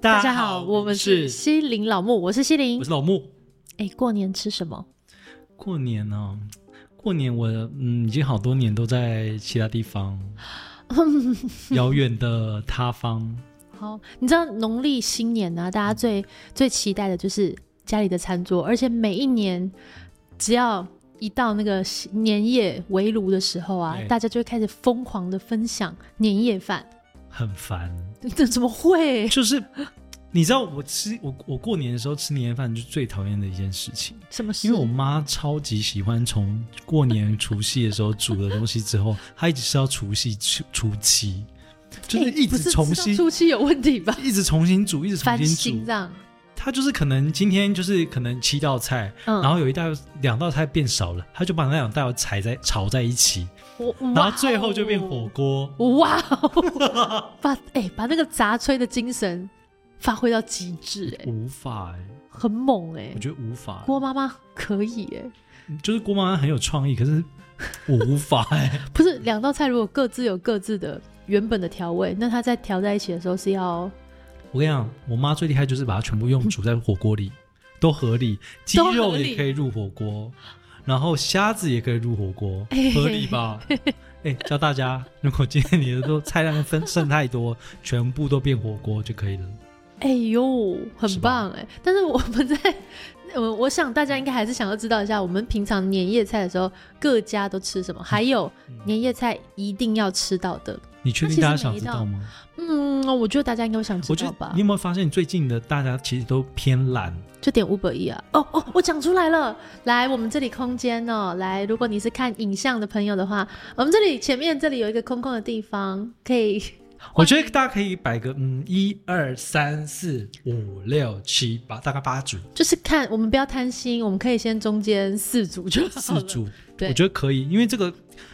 大大家好，我们是是西林老木，我是西林我。是老木。哎、过年吃什么？过年呢、过年我嗯已经好多年都在其他地方， 遥远的他方。好，你知道农历新年呢、大家嗯最最期待的就是家里的餐桌，而且每一年只要一到那个新年夜围炉的时候啊对，大家就会开始疯狂的分享年夜饭。 很烦，这怎么会？就是你知道我吃我我过年的时候吃年夜饭就是最讨厌的一件事情，什么事？因为我妈超级喜欢从过年除夕的时候煮的东西之 后，她一直吃到除夕初初七，就是哎一不直是重知道新、初期有问题吧？一直重新煮，一直 重翻新新煮这。样，她就是可能今天就是可能七道菜，嗯，然后有一道两道菜变少了，她就把那两道踩在炒在一起，我然后最后就变火。锅。哇哦，把哎、把那个杂炊的精神发挥到极致、哎，无法哎、很猛哎、我觉得无法、郭妈妈可以哎、就是郭妈妈很有创意，可是我无法哎、 不是两道菜如果各自有各自的原本的调味，那它在调在一起的时候是要我跟你讲，我妈最厉害就是把它全部用煮在火锅里，都合理，鸡都合理肉也可以入火锅，然后虾子也可以入火锅，哎合理 吧？哎、教大家，如果今天你的都菜量分剩太多，全部都变火锅就可以了。哎呦是很吧棒哎、但是我们在呃，我想大家应该还是想要知道一下，我们平常年夜菜的时候各家都吃什嗯么，还有年夜菜一定要吃到的。你确定大家想知道吗？嗯，我觉得大家应该会想知我觉道得吧你。有没有发现最近的大家其实都偏懒，就点五百亿啊！哦哦，我讲出来了。来，我们这里空间哦，来，如果你是看影像的朋友的话，我们这里前面这里有一个空空的地方，可以 我觉得大家可以摆个嗯一二三四五六七八，大概八组就是看我们不要贪心，我们可以先中间四组就好了四组，对我觉得可以，因为这个，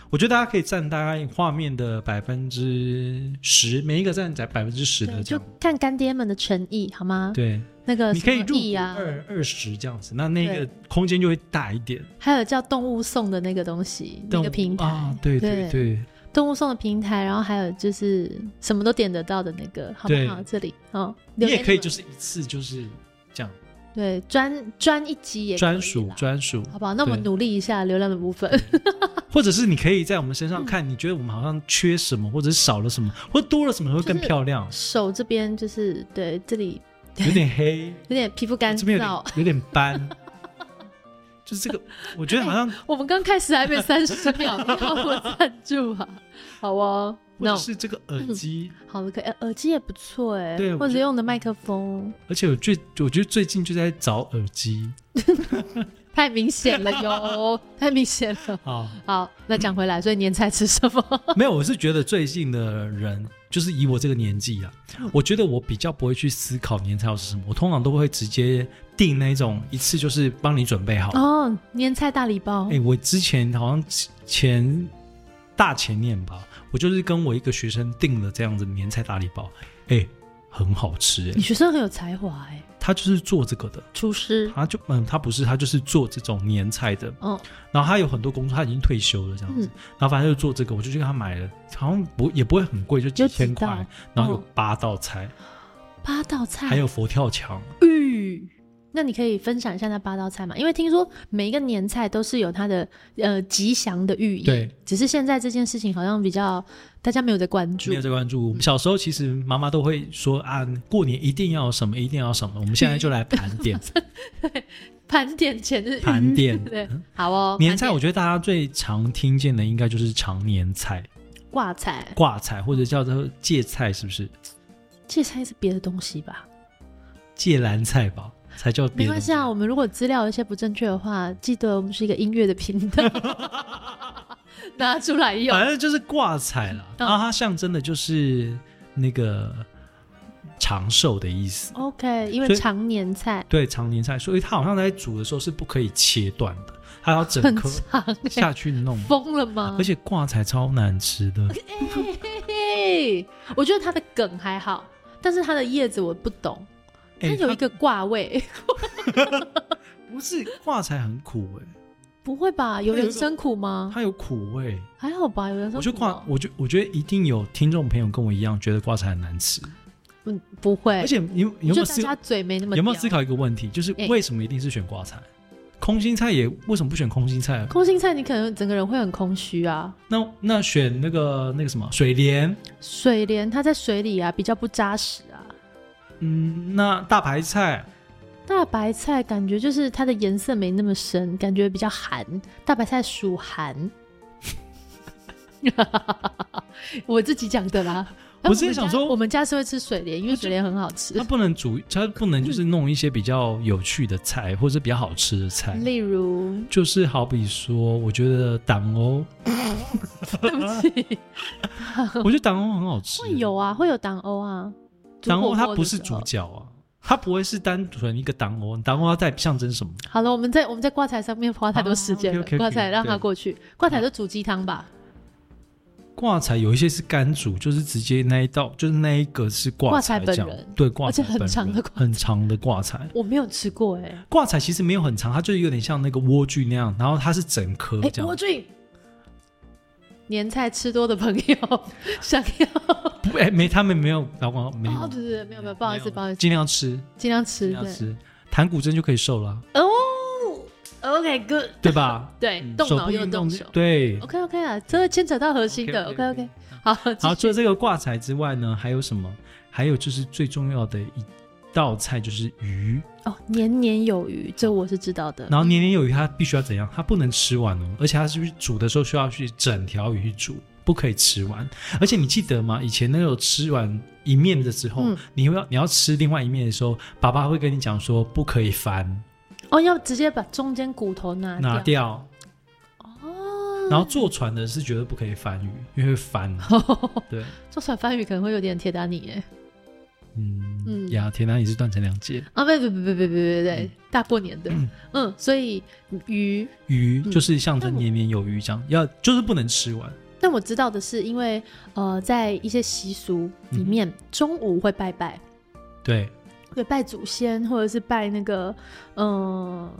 我觉得大家可以占大概画面的百分之十，每一个占在百分之十的对，这就样。看干爹们的诚意好吗？对，那个你可以什入么意啊，二二十这样子，那那个对空间就会大一点。还有叫动物送的那个东西，那但个我平台，啊，对对对对，动物送的平台，然后还有就是什么都点得到的那个，好对不好？这里哦，你留给也可以们就是一次就是这样对专专一集也可以专属啦专属，好不好？那我们对努力一下流量的部分。或者是你可以在我们身嗯上看，你觉得我们好像缺什么，或者是少了什么，或者多了什么会更就是漂亮， 手这边就是对，这里有点黑，有点皮肤干这边有燥。点有点 斑，就是这个，我觉得好像我们刚开 始还没三十秒，你要我赞助啊？好哦或者，No，是这个耳机，好了，可以。呃耳机也不错哎对，我或觉得者用的麦克风而且我最我觉得最近就在找耳机太明显 了哟，太明显了。啊，好，那讲回来，所以年菜吃什么？没有，我是觉得最近的人就是以我这个年纪啊，嗯我觉得我比较不会去思考年菜要吃什么，我通常都会直接订那种一次就是帮你准备好。哎、哦，年菜大礼包。我之前好像前大前年吧，我就是跟我一个学生订了这样子年菜大礼包，哎、很好吃哎、你学生很有才华哎，他就是做这个的，厨师。他就嗯，他不是，他就是做这种年菜的，哦，然后他有很多工作，他已经退休了这样子，嗯然后反正就做这个，我就去给他买了，好像不也不会很贵，就几有几千块道，然后有嗯八道菜，八道菜。还有佛跳墙，玉。嗯那你可以分享一下那八道菜吗？因为听说每一个年菜都是有它的呃吉祥的寓意，对，只是现在这件事情好像比较大家没有在关注没有。在关嗯注。我们小时候其实妈妈都会说啊，过年一定要什么，一定要什么，我们现在就来盘 点盘点前就是盘玉，点。 嗯对，好哦。年菜，我盘觉得大家最常听见的应该就是常年菜、点挂菜，挂菜，或者叫做芥菜，是不是？芥菜是别的东西吧？芥蓝菜吧，才叫别没的关东系西。啊，我们如果资料有一些不正确的话，记得我们是一个音乐的频道， 拿出来用。反正就是挂彩啦，然嗯后它象征的就是那个长寿的意思。 OK，因所为以常年菜对，常年菜，所以它好像在煮的时候是不可以切断的，它要整 很颗长、欸，下去弄。疯了吗？而且挂彩超难吃的，嘿，我觉得它的梗还好，但是它的叶子我不懂。它哎有一个挂位， 不是挂彩很苦哎、不会吧？它有有一人个生苦吗？它有苦味。还好吧，有人生苦哦。我觉得挂，我觉我觉得一定有听众朋友跟我一样觉得挂彩很难吃，嗯，不会而。且你有有没就有大思家嘴没那么有没有刁思？考一个问题，就是哎为什么一定是选挂菜？空心菜也为什么不选空心菜？啊空心菜，你可能整个人会很空虚啊。那那选那个那个什么水莲，水莲它在水里啊，比较不扎实啊。嗯，那大白菜，大白菜感觉就是它的颜色没那么深，感觉比较寒。大白菜属寒， 我自己讲的啦。 我哎之前们想家说我们家是会吃水莲，因为我就水莲很好吃它。不能煮，它不能就是弄一些比较有趣的菜，或者是比较好吃的菜。 例如，就是好比说，我觉得党 欧，对不起，我觉得党欧很好吃。会有啊，会有党欧啊。煮党火欧它锅不的是时主候。角啊，它不会是单纯一个党欧，党欧它在象征什么？好了，我们在我们在挂彩上面花太多时间啊了， ，OK，OK，OK，挂彩让它对过去。挂彩就煮鸡汤吧。挂彩有一些是干煮，就是直接那一道，就是那一个是挂彩挂彩酱本人，对，挂而且彩很本人长的挂彩很长的挂彩。我没有吃过哎、挂彩其实没有很长，它就是有点像那个莴苣那样，然后它是整颗哎、这样郭。俊，年菜吃多的朋友 想要不，哎、没，他们没有老广告，没有，哦，对对对，没有没有，不好意思，不好意思，尽量吃，尽量尽吃，量对吃，弹骨针就可以瘦了，哦，OK，good，对吧？对，嗯 动脑部又运动动手对。 ，OK OK 啊，这会牵扯到核心的，OK OK，好，继好，续除了这个挂彩之外呢，还有什么？还有就是最重要的一道菜就是鱼，哦，年年有余，这我是知道的，然后年年有余，它必须要怎样？它不能吃完哦，而且它是不是煮的时候需要去整条鱼去煮，不可以吃完。而且你记得吗？以前那种吃完一面的时候，嗯你会要你要吃另外一面的时候，爸爸会跟你讲说不可以翻，哦，要直接把中间骨头拿拿掉，掉。哦， 然后坐船的是绝对不可以翻鱼，因为会翻。对，做甩翻鱼可能会有点铁打你哎，嗯嗯，呀，田南也是断成两截。啊，不不不不不不不对，大过年的，嗯，所以鱼鱼嗯就是象但征我年年有余，这样要就是不能吃完。但我知道的是，因为呃，在一些习俗里嗯面，中午会拜拜，对会拜祖先，或者是拜那个，嗯、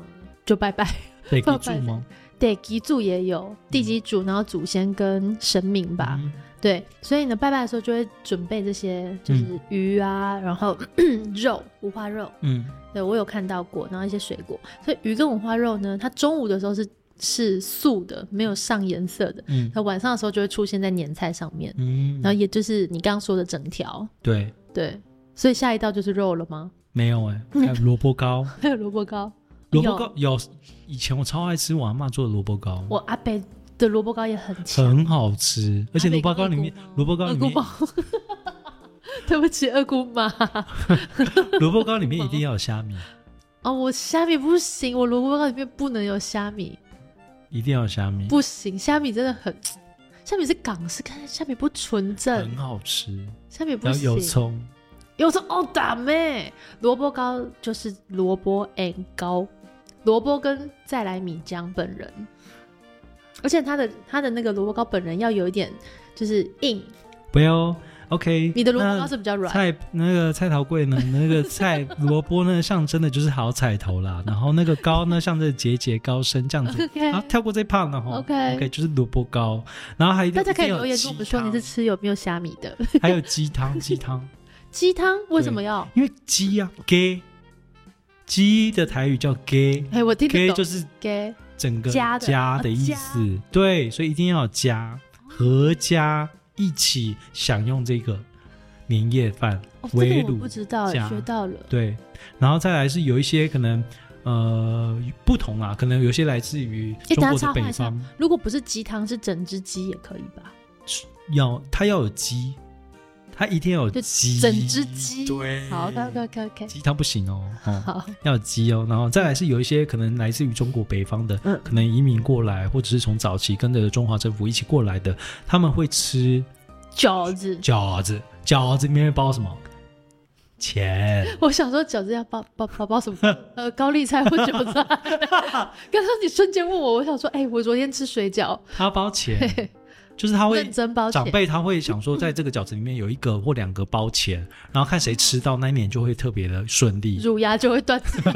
就拜 拜得拜给住吗？对，地基主也有地基主，然后祖先跟神明吧，嗯对，所以呢，拜拜的时候就会准备这些，就是鱼啊，然后 肉，五花肉，嗯，对我有看到过，然后一些水果，所以鱼跟五花肉呢，它中午的时候是是素的，没有上颜色的，嗯它晚上的时候就会出现在年菜上面。嗯，然后也就是你刚刚说的整条，对，对，所以下一道就是肉了吗？ 没有哎，嗯还有萝卜糕，还有萝卜糕，萝卜糕有，以前我超爱吃我阿妈做的萝卜糕，我阿北的萝卜糕也很强，很好吃，而且萝卜糕里面阿北跟萝卜糕二里姑面妈， 对不起，二姑妈，萝卜糕里 面一定要有虾米，哦，我虾米不行，我萝卜糕里面不能有虾米，一定要有虾米，不行，虾米真的很，虾米是港式，看虾米不纯正很，好吃，虾米不嗯然后有行，葱，有葱哦，打妹，萝卜糕就是萝卜 and 糕，萝卜跟再来米浆本人，而且他的他的那个萝卜糕本人要有一点就是硬，不要哦 OK，你的萝卜那糕是比较软，菜那个菜头柜 呢，那个菜萝卜呢，象征的就是好彩头啦。然后那个糕呢，象征着节节高升这样子。 OK 好，跳过这一趴了哈。 OK OK，就是萝卜糕，然后还一定大家可以一定有留言跟我们鸡说你是汤吃有没有虾米的 还有鸡汤，鸡汤，鸡汤？为什么要？因为鸡啊，gay，鸡的台语叫 gay，gay 哎，我听得懂。就是给整个家的家哦的意家思，对，所以一定要有家，合家一起享用这个年夜饭哦，，这围个我炉不知道，家学到了。对，然后再来是有一些可能呃不同啊，可能有些来自于诶中等国下的插话北一下方，如果不是鸡汤，是整只鸡也可以吧？要它要有鸡，它一定要有就鸡，整只鸡对，好，OK，OK，OK，嗯鸡汤不行哦，哦好，要有鸡哦，然后再来是有一些可能来自于中国北方的，嗯可能移民过来，或者是从早期跟着中华政府一起过来的，他们会吃饺子。 饺子，饺子里面会包什么？钱，我想说饺子要包包包包什么？ 呃，高丽菜或韭菜。 刚刚你瞬间问我，我想说，哎，我昨天吃水饺，他包 钱，就是他会认真包长钱。辈他会想说，在这个饺子里面有一个或两个包钱，然后看谁吃到那一年就会特别的顺利。乳牙就会断。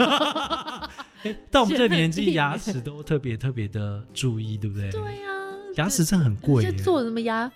到我们这个年纪，钱牙齿都特别特别的注意，对不对？对呀，啊牙齿真的很贵有耶些，做什么牙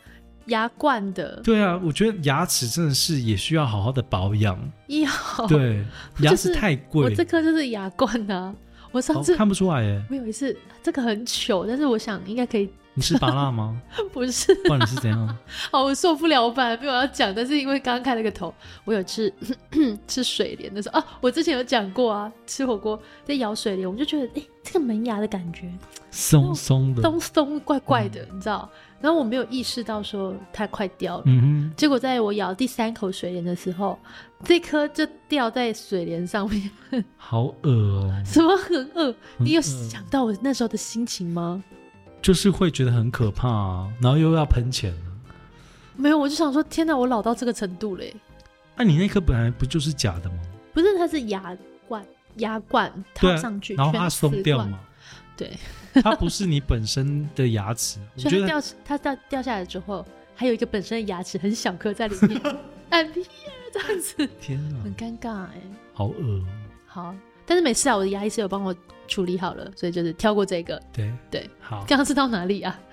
牙冠的，对啊，我觉得牙齿真的是也需要好好的保养。要 对，牙哦就齿是太我贵，这颗就是牙冠啊。我上哦次看不出来耶。我有一次，这个很糗，但是我想应该可以，你是拔蜡吗？ 不是，不然你是怎 样？好，我受不了，我本来没有要讲，但是因为刚刚开了个头，我有吃 吃水莲的时候啊，我之前有讲过啊，吃火锅在咬水莲，我就觉得哎、诶这个门牙的感觉松松的，松松怪怪的，你知道？然后我没有意识到说它快掉了，嗯结果在我咬第三口水莲的时候，这颗就掉在水莲上面， 哼，好恶哦、什么很恶？很 你有恶想到我那时候的心情吗？就是会觉得很可怕、啊，然后又要喷钱啊了。没有，我就想说，天哪，我老到这个程度嘞！那、啊你那颗本来不就是假的吗？不是，它是牙冠，牙冠对套啊上去，然后全它松瓷掉冠嘛？对， 它不是你本身的牙齿。我所觉以它得掉它掉掉下来之后，还有一个本身的牙齿很小颗在里面，按屁这样子天哪很，尴尬哎、好恶、哦。好，但是没事啊，我的牙医是有帮我处理好了，所以就是跳过这个。对对，好，刚刚是到哪里啊？哦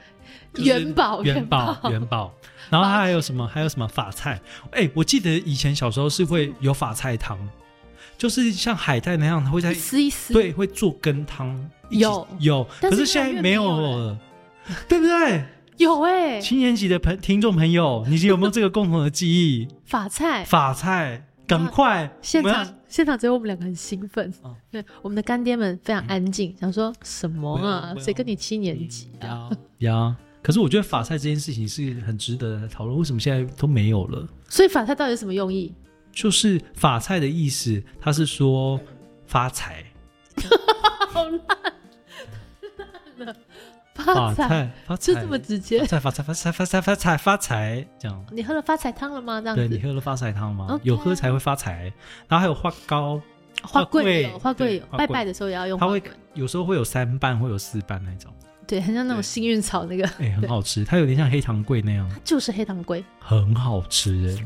就是元宝，元宝，宝，元宝。然后它还有什么？还有什么法菜？哎、我记得以前小时候是嗯会有法菜汤，就是像海带那样，它会在一丝一哎丝，对，会做羹汤。一起有有，但可是是现越在来没越有没有了，对不 对？有哎、青年级的朋听众朋友，你有没有这个共同的记忆？法菜。法菜，赶那快！哎现我们要场现场只有我们两个很兴奋，哦嗯对，我们的干爹们非常安静，想说什么啊不要？不要谁跟你七年级啊？呀呀！可是我觉得法菜这件事情是很值得讨论，为什么现在都没有了？所以法菜到底有什么用意？就是法菜的意思，它是说发财， 好烂，烂了，发法财菜，发就财，这么直发接。财，发财，发财，发财，发财，发财，这样。你喝了发财汤了吗？这样对你子，喝了发财汤吗 OK？有喝才会发财。啊然后还有花糕，花桂桂油，花桂对油，花拜桂拜的时候也要用它花会桂，有时候会有三瓣，会有四瓣那种，对，很像那种对幸运草那个，哎、很好吃。它有点像黑糖桂那样，就是黑糖龟。很好吃哎。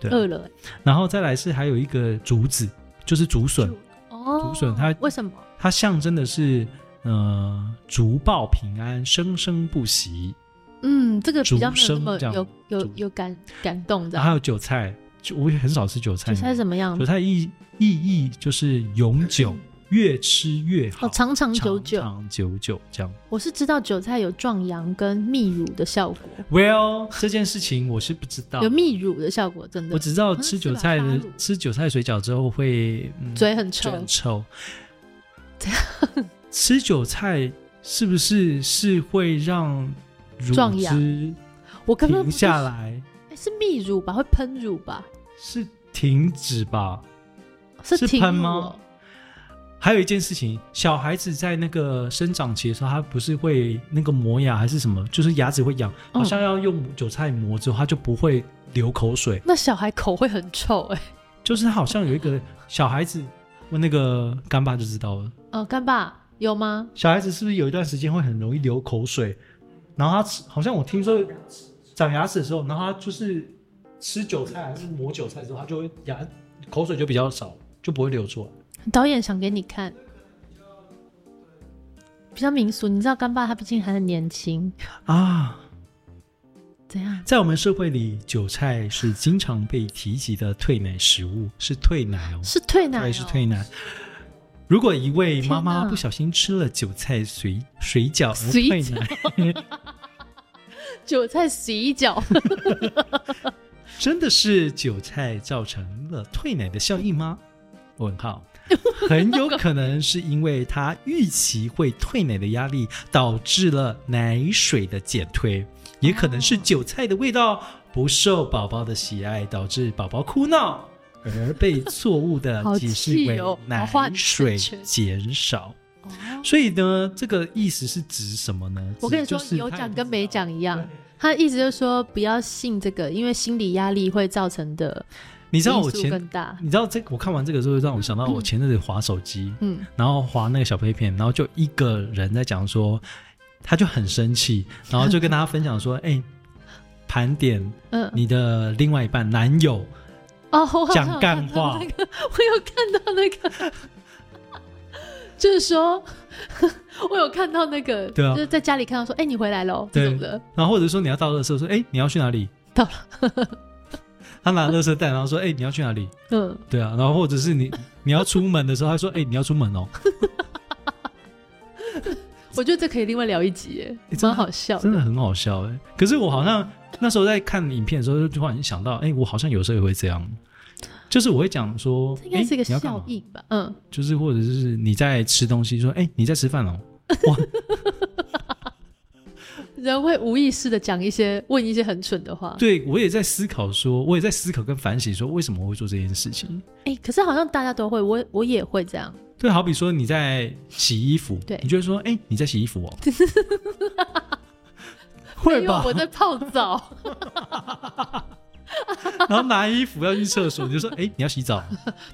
对饿了欸，然后再来是还有一个竹子，就是竹笋，哦，竹笋它为什么？它象征的是呃竹报平安，生生不息。嗯，这个比较竹没有笙那么这样有有竹啊有感感动然的后。还有韭菜，就我也很少吃韭菜呢。韭菜是怎么样韭？菜意意义就是永 久，越吃越好，哦，长长久久。长长久久这样。我是知道韭菜有壮阳跟泌乳的效果， Well，这件事情我是不知道有，泌乳的效果，真啊我的。只知道吃韭菜好像的是吧发乳吃韭菜水饺之后会、嗯、嘴很嘴臭，很臭。 吃韭菜是不是是会让乳壮阳汁我根本停不知下来？哎是泌乳吧，会喷乳吧？是停止吧？是停喷乳吗哦还有一件事情，小孩子在那个生长期的时候，他不是会那个磨牙还是什么，就是牙齿会痒，嗯好像要用韭菜磨之后，他就不会流口水。那小孩口会很臭哎、就是好像有一个小孩子，问那个干爸就知道了。呃，干爸有吗？小孩子是不是有一段时间会很容易流口水？然后他吃好像我听说长牙齿的时候，然后他就是吃韭菜还是磨韭菜之后，他就会牙口水就比较少，就不会流出来。导演想给你看，比较民俗。你知道干爸他毕竟还很年轻，啊，怎样？在我们社会里，韭菜是经常被提及的退奶食物，是退奶哦，是退奶、对，哦？是退奶。如果一位妈天妈哪不小心吃了韭菜水水饺而水退奶，韭菜洗脚，真的是韭菜造成了退奶的效应吗？问号， 很有可能是因为它预期会退奶的压力导致了奶水的减退，也可能是韭菜的味道不受宝宝的喜爱，导致宝宝哭闹而被错误的好解释气为哦奶好话你水全减少。哦所以呢，这个意思是指什么呢？ 我跟你指说，就是有他也讲不跟知没道讲一样。他的意思就是说，不要信这个，因为心理压力会造成的你因知道我素前更大。你知道这个，我看完这个之后，让我想到我前阵子划手机，嗯，然后划那个小片片，然后就一个人在讲说，他就很生气，然后就跟大家分享说，哎、盘点嗯，你的另外一半男友哦，我好像讲有干 看到话那个，我有看到那个，就是说， 我有看到那个，对啊就是在家里看到说，哎、你回来喽，对这种的，然后或者说你要到垃圾，说哎你要去哪里？ 到了，他拿垃圾袋，然后说哎你要去哪里？嗯，对啊，然后或者是你你要出门的时候，他说哎你要出门哦，我觉得这可以另外聊一集耶诶，真蛮、的好笑真的。的很好笑哎、可是我好像那时候在看影片的时候，就突然想到，哎、我好像有时候也会这样，就是我会讲说，欸这应该是一个诶你要干嘛效应吧？嗯，就是或者是你在吃东西，说，哎、你在吃饭哦，人会无意识的讲一些问一些很蠢的话。对我也在思考说，我也在思考跟反省说，为什么我会做这件事情？哎、可是好像大家都会，我我也会这样。对，好比说你在洗衣服，对你就会说，哎、你在洗衣 服哦，会因为吧？我在泡 澡，然后拿衣服要去厕所，你就说，哎、你要洗澡哦，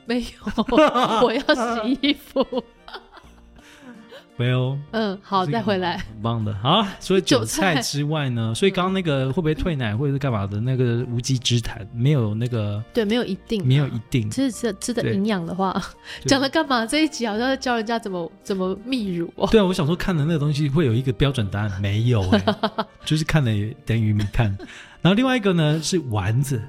没有，我要洗衣服。没有，嗯，好，这个再回来。很棒的。好，除了韭韭菜菜嗯之外呢，所以刚刚那个会不会退奶或者是干嘛的那个无稽之谈，没有那个对，没有一定，没有一定。其实吃的吃的对营养的话，对嗯讲了干嘛？这一集好像在教人家怎么怎么泌乳哦。对啊，我想说看的那个东西会有一个标准答案，没有哎、就是看了也等于没看。然后另外一个呢是丸子，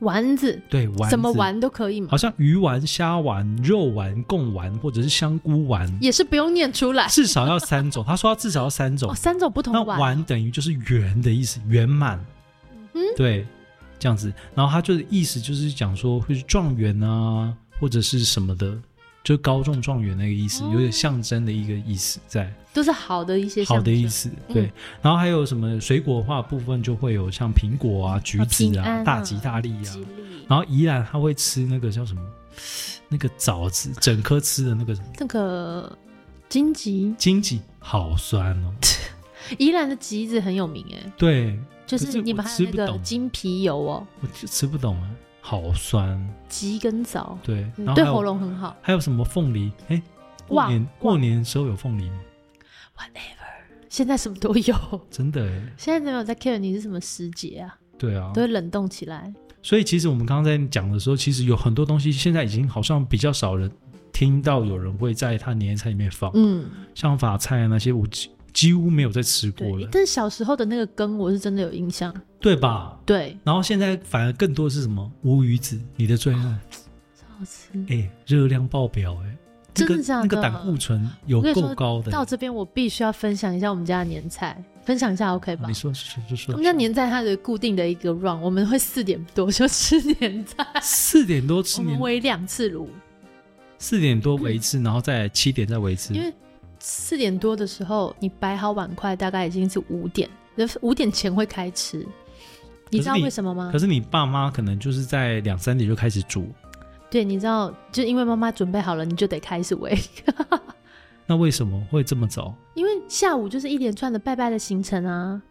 丸子，对丸子，怎么？玩都可以嘛好，像鱼丸、虾丸、肉丸、贡丸或者是香菇 丸，也是不用念出来。至少要三种。他说他至少要三种哦，，三种不同那的丸等于就是圆的意思，圆满。嗯，对，这样子。然后他就是意思就是讲说会是状元啊，或者是什么的，就高中状元那个意思，哦有点象征的一个意思在，都是好的一些象征好的意，思。嗯对，然后还有什么水果的话部分就会有像苹果啊、橘子平安啊大吉大利啊吉。利。然后宜兰他会吃那个叫什么？那个枣子整颗吃的那个什么那个荆棘，荆棘，好酸哦。宜兰的棘子很有名哎，对，就可是是你们我还有吃不那个懂金皮油哦，我就吃不懂啊，好酸。棘跟枣，对，嗯然后还对有喉咙很好。还有什么凤梨？哎，过哇年过年的时候有凤梨吗？现在什么都有， 真的哎，现在没有在 care 你是什么时节啊，对啊都。会冷冻起来。所以其实我们刚刚在讲的时候，其实有很多东西现在已经好像比较少人听到有人会在他年夜菜里面放，嗯，像法菜啊那些，我几几乎没有再吃对过了，，但是小时候的那个羹，我是真的有印象。对吧？对，然后现在反而更多是什么乌鱼子，你的最哦爱，超好吃。哎，热量爆表哎，那真个的假的那个胆固醇有我跟你够说高的哎到。这边，我必须要分享一下我们家的年菜，分享一下 OK 吧哦你？说说说我说们，家年菜它的固定的一个 run，我们会四点多就吃年菜，四点多吃我年们围两次炉，四点多为之，然后再七点再为之。嗯因为四点多的时候你摆好碗筷，大概已经是五点，五点前会开吃。你知道可是你为什么吗可？是你爸妈可能就是在两三点就开始煮，对，你知道，就因为妈妈准备好了，你就得开始围，那为什么会这么早？ 因为下午就是一连串的拜拜的行程啊。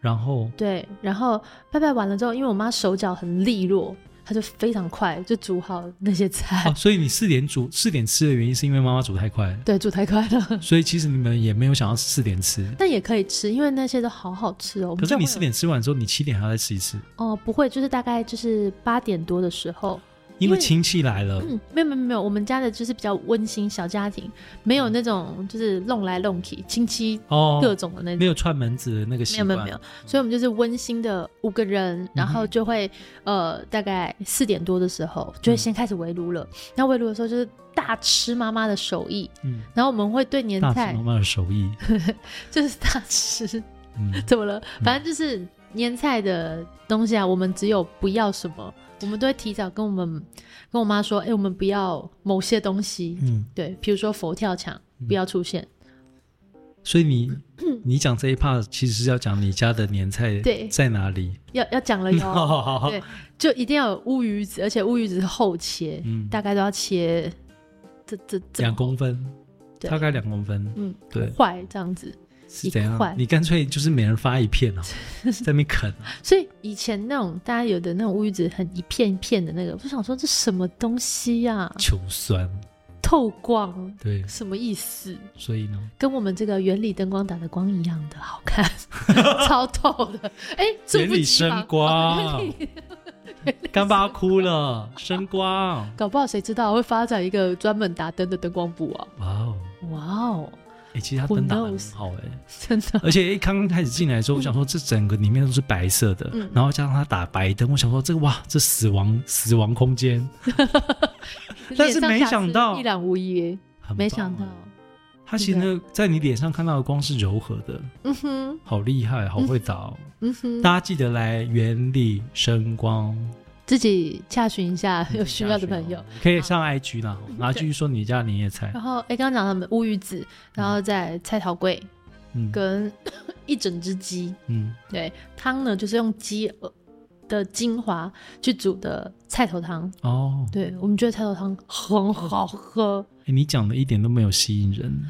然后对，然后拜拜完了之后，因为我妈手脚很利落，她就非常快就煮好那些菜。哦，所以你四点煮四点吃的原因是因为妈妈煮太快了，对，煮太快了，所以其实你们也没有想要四点吃。但也可以吃，因为那些都好好吃哦。我们可是就你会四点吃完之后，你七点还要再吃一次，哦、不会，就是大概就是八点多的时候，因因为为亲戚来了。嗯，没有没有没有，我们家的就是比较温馨小家庭，没有那种就是弄来弄去亲戚嗯哦，各种的那种。没有串门子的那个习没有惯。嗯没有没有，所以我们就是温馨的五个人，然后就会、呃大概四点多的时候嗯就会先开始围炉了。那围炉的时候就是大吃妈妈的手艺，嗯，然后我们会对年大菜厨妈妈的手艺。就是大吃， 嗯，怎么了？反正就是年菜的东西啊，我们只有不要什么，我们都会提早跟我们跟我妈说，哎、我们不要某些东西，嗯，对，比如说佛跳墙嗯不要出现，所以你你讲这一 part 其实是要讲你家的年菜对在哪里。要要讲了哟， 好好好对就一定要有乌鱼子，而且乌鱼子是厚切，嗯，大概都要切这这这两公分，对大概两公分。嗯对，块这样子。是怎样一块？你干脆就是每人发一 片啊，在那边啃啊、所以以前那种大家有的那种乌鱼子很一片一片的那个，我就想说这什么东西呀、穷酸。透光对，什么意思？所以 呢，跟我们这个原理灯光打的光一样的 好看，超透的。哎、猝原不理及生防。光，干巴哭了，声光， 搞不好谁知道会发展一个专门打灯的灯光部啊！哇哦，哇哦，哎、其实它 Who 灯打的很 knows？好哎、真的，而且一刚刚开始进来的时候，我想说这整个里面都是白色的，嗯然后加上它打白灯，我想说这个哇，这死亡死亡空间， 但是脸上没瑕疵想到一览无遗耶，很没棒想到哎，它其实那个在你脸上看到的光是柔和的，嗯哼，好厉害，好会打、哦。嗯哼，大家记得来原理声光，自己洽询一下 嗯有需哦要的朋友。可以上 IG 啦，然后继续说你家的年夜菜，然后，哎，刚刚讲他们乌鱼子，然后再菜桃粿嗯跟 一整只鸡，嗯，对，汤呢就是用鸡呃的精华去煮的菜头汤。哦，对我们觉得菜头汤很好喝，诶你讲的一点都没有吸引人。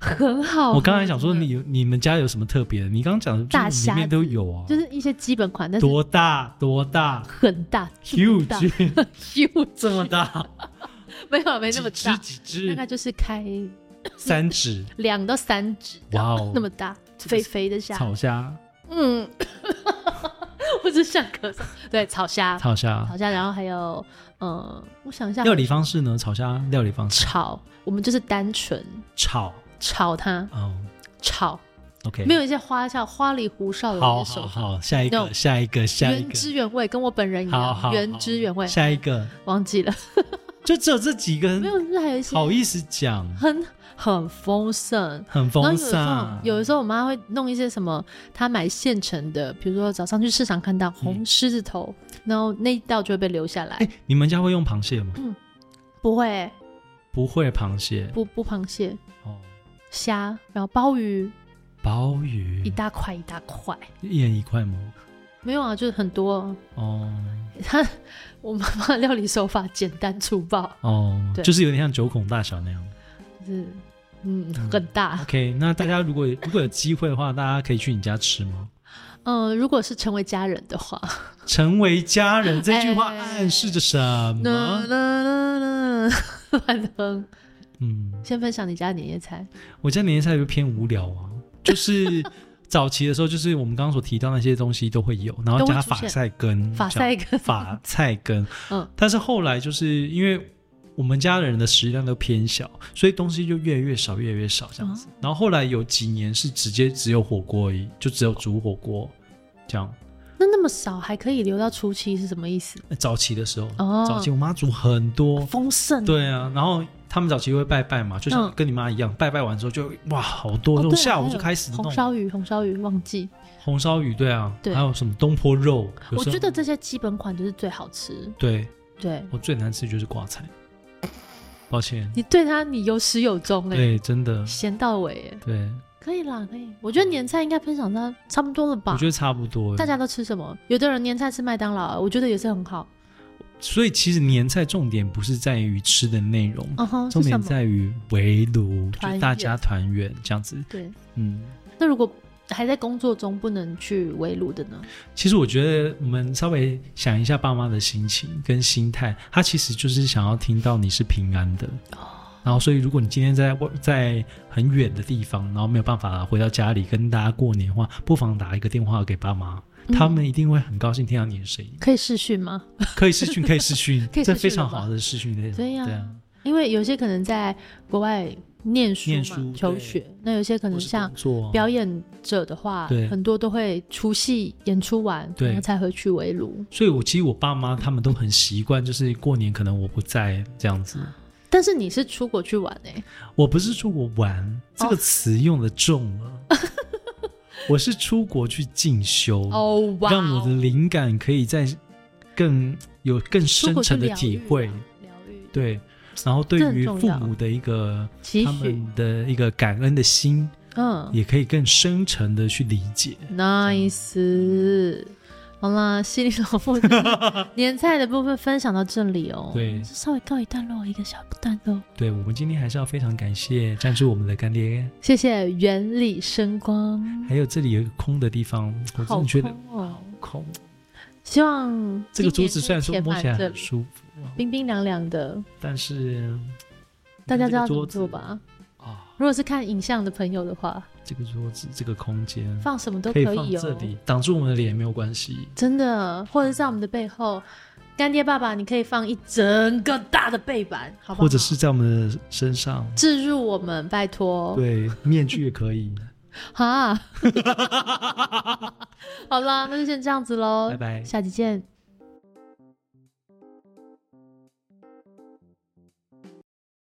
很好喝。我刚才想说你有你们家有什么特别的？你刚刚讲的哦嗯大就是里虾面都有啊，就是一些基本款，但是多大多大很大 这么大，huge， huge 这么大，没有没那几么只大，几大只概，就是开三指，两到三指，哇哦， 那么大，个肥是肥的虾， 草虾，嗯，我只想咳嗽。对，炒虾，草虾炒虾，然后还有，嗯，我想一下，料理方式呢？草虾料理方式，炒，我们就是单纯炒，炒它，哦炒， ，OK，没有一些花哨、花里胡哨的好一好些手法，好，下一个 No 下一个下一原个，汁原味，跟我本人一好好样，原汁原味。下一个忘记了， 就只有这几个没，有，那还有一些好意思讲，很很丰盛，很然丰后有的时候盛，，有的时候我妈会弄一些什么，她买现成的，比如说早上去市场看到红狮子头，然后那一道就会被留下来。哎，你们家会用螃蟹吗？不会，不会螃蟹，不不螃蟹、哦，虾，然后鲍鱼鲍一鱼，大块一大块，一人一块吗？没有啊，就是很多。哦她我妈妈料理手法简单粗暴，哦，对就是有点像九孔大小那样。就是嗯很大。 OK，那大家如果如果有机会的话，大家可以去你家吃吗？嗯、如果是成为家人的话，成为家人这句话哎暗示着什啦么？啦啦啦，反正嗯，先分享你家的年夜菜，我家年夜菜就偏无聊啊，就是早期的时候，就是我们刚刚所提到那些东西都会有，然后都会加出法现菜根，法这样赛跟法菜根，嗯但是后来就是因为我们家人的食量都偏小，所以东西就越来越少，越来越少这样子。哦然后后来有几年是直接只有火锅而已，就只有煮火锅这样。那那么少还可以留到初期是什么意思？呃早期的时候，哦早期我妈煮很多，丰盛，对啊，然后。他们早期会拜拜嘛，就像嗯跟你妈一样，拜拜完之后就哇好多，哦那种对啊下午还就有开始弄红烧鱼，红烧鱼忘记。红烧鱼，对啊，对还有什么东坡肉，有我时候觉得这些基本款就是最好吃。对对我最难吃就是挂菜，抱歉，你对它，你有始有终哎、欸，对，真的，咸到尾哎、对，可以啦，可以。我觉得年菜应该分享到差不多了吧我觉？得差不多。大家都吃什么？有的人年菜吃麦当劳，啊我觉得也是很好。所以其实年菜重点不是在于吃的内容，嗯哼，重是什点么？在于围炉，团就圆大家团圆这样子。对，嗯，那如果还在工作中不能去围炉的呢？其实我觉得我们稍微想一下爸妈的心情跟心态，他其实就是想要听到你是平安的。哦然后，所以如果你今天在外在很远的地方，然后没有办法回到家里跟大家过年的话，不妨打一个电话给爸妈，嗯他们一定会很高兴听到你的声音。可以试训吗？可以视讯，可以视讯 可，以这视讯非常了吧好的视讯内容。对呀对啊，因为有些可能在国外念书嘛，念书求对学；那有些可可能像做表演者的话对，很多都会除夕演出完，对然后才回去围炉。所以我其实我爸妈他们都很习惯，就是过年可能我不在这样子。但是你是出国去玩哎、我不是出国玩这个词用的重 了，我是出国去进修，哦哇让我的灵感可以在更有更出深国去层的疗体愈啊会。疗愈对，然后这对很于重父要母的一个期他许，们的一个感恩的心，嗯也可以更深层的去理解。 ，nice。好啦，心理 老妇年菜的部分分享到这里哦，对稍微告一段落，一个小段落。对，我们今天还是要非常感谢赞助我们的干爹，谢谢原理声光，还有这里有一个空的地方，我真好的觉得空哦。空。希望这个桌今年子可以虽然说填摸满起来这很里舒服啊，冰冰凉凉的，但是大家知道怎么桌子做吧？啊，如果是看影像的朋友的话，这个桌子这个空间放什么都可以以放哦，这里，挡住我们的脸没有关系。真的，或者是在我们的背后，干爹爸爸，你可以放一整个大的背板，好不好？或者是在我们的身上，置入我们，拜托。对，面具也可以。 哈，好啦，那就先这样子喽，拜拜下期见，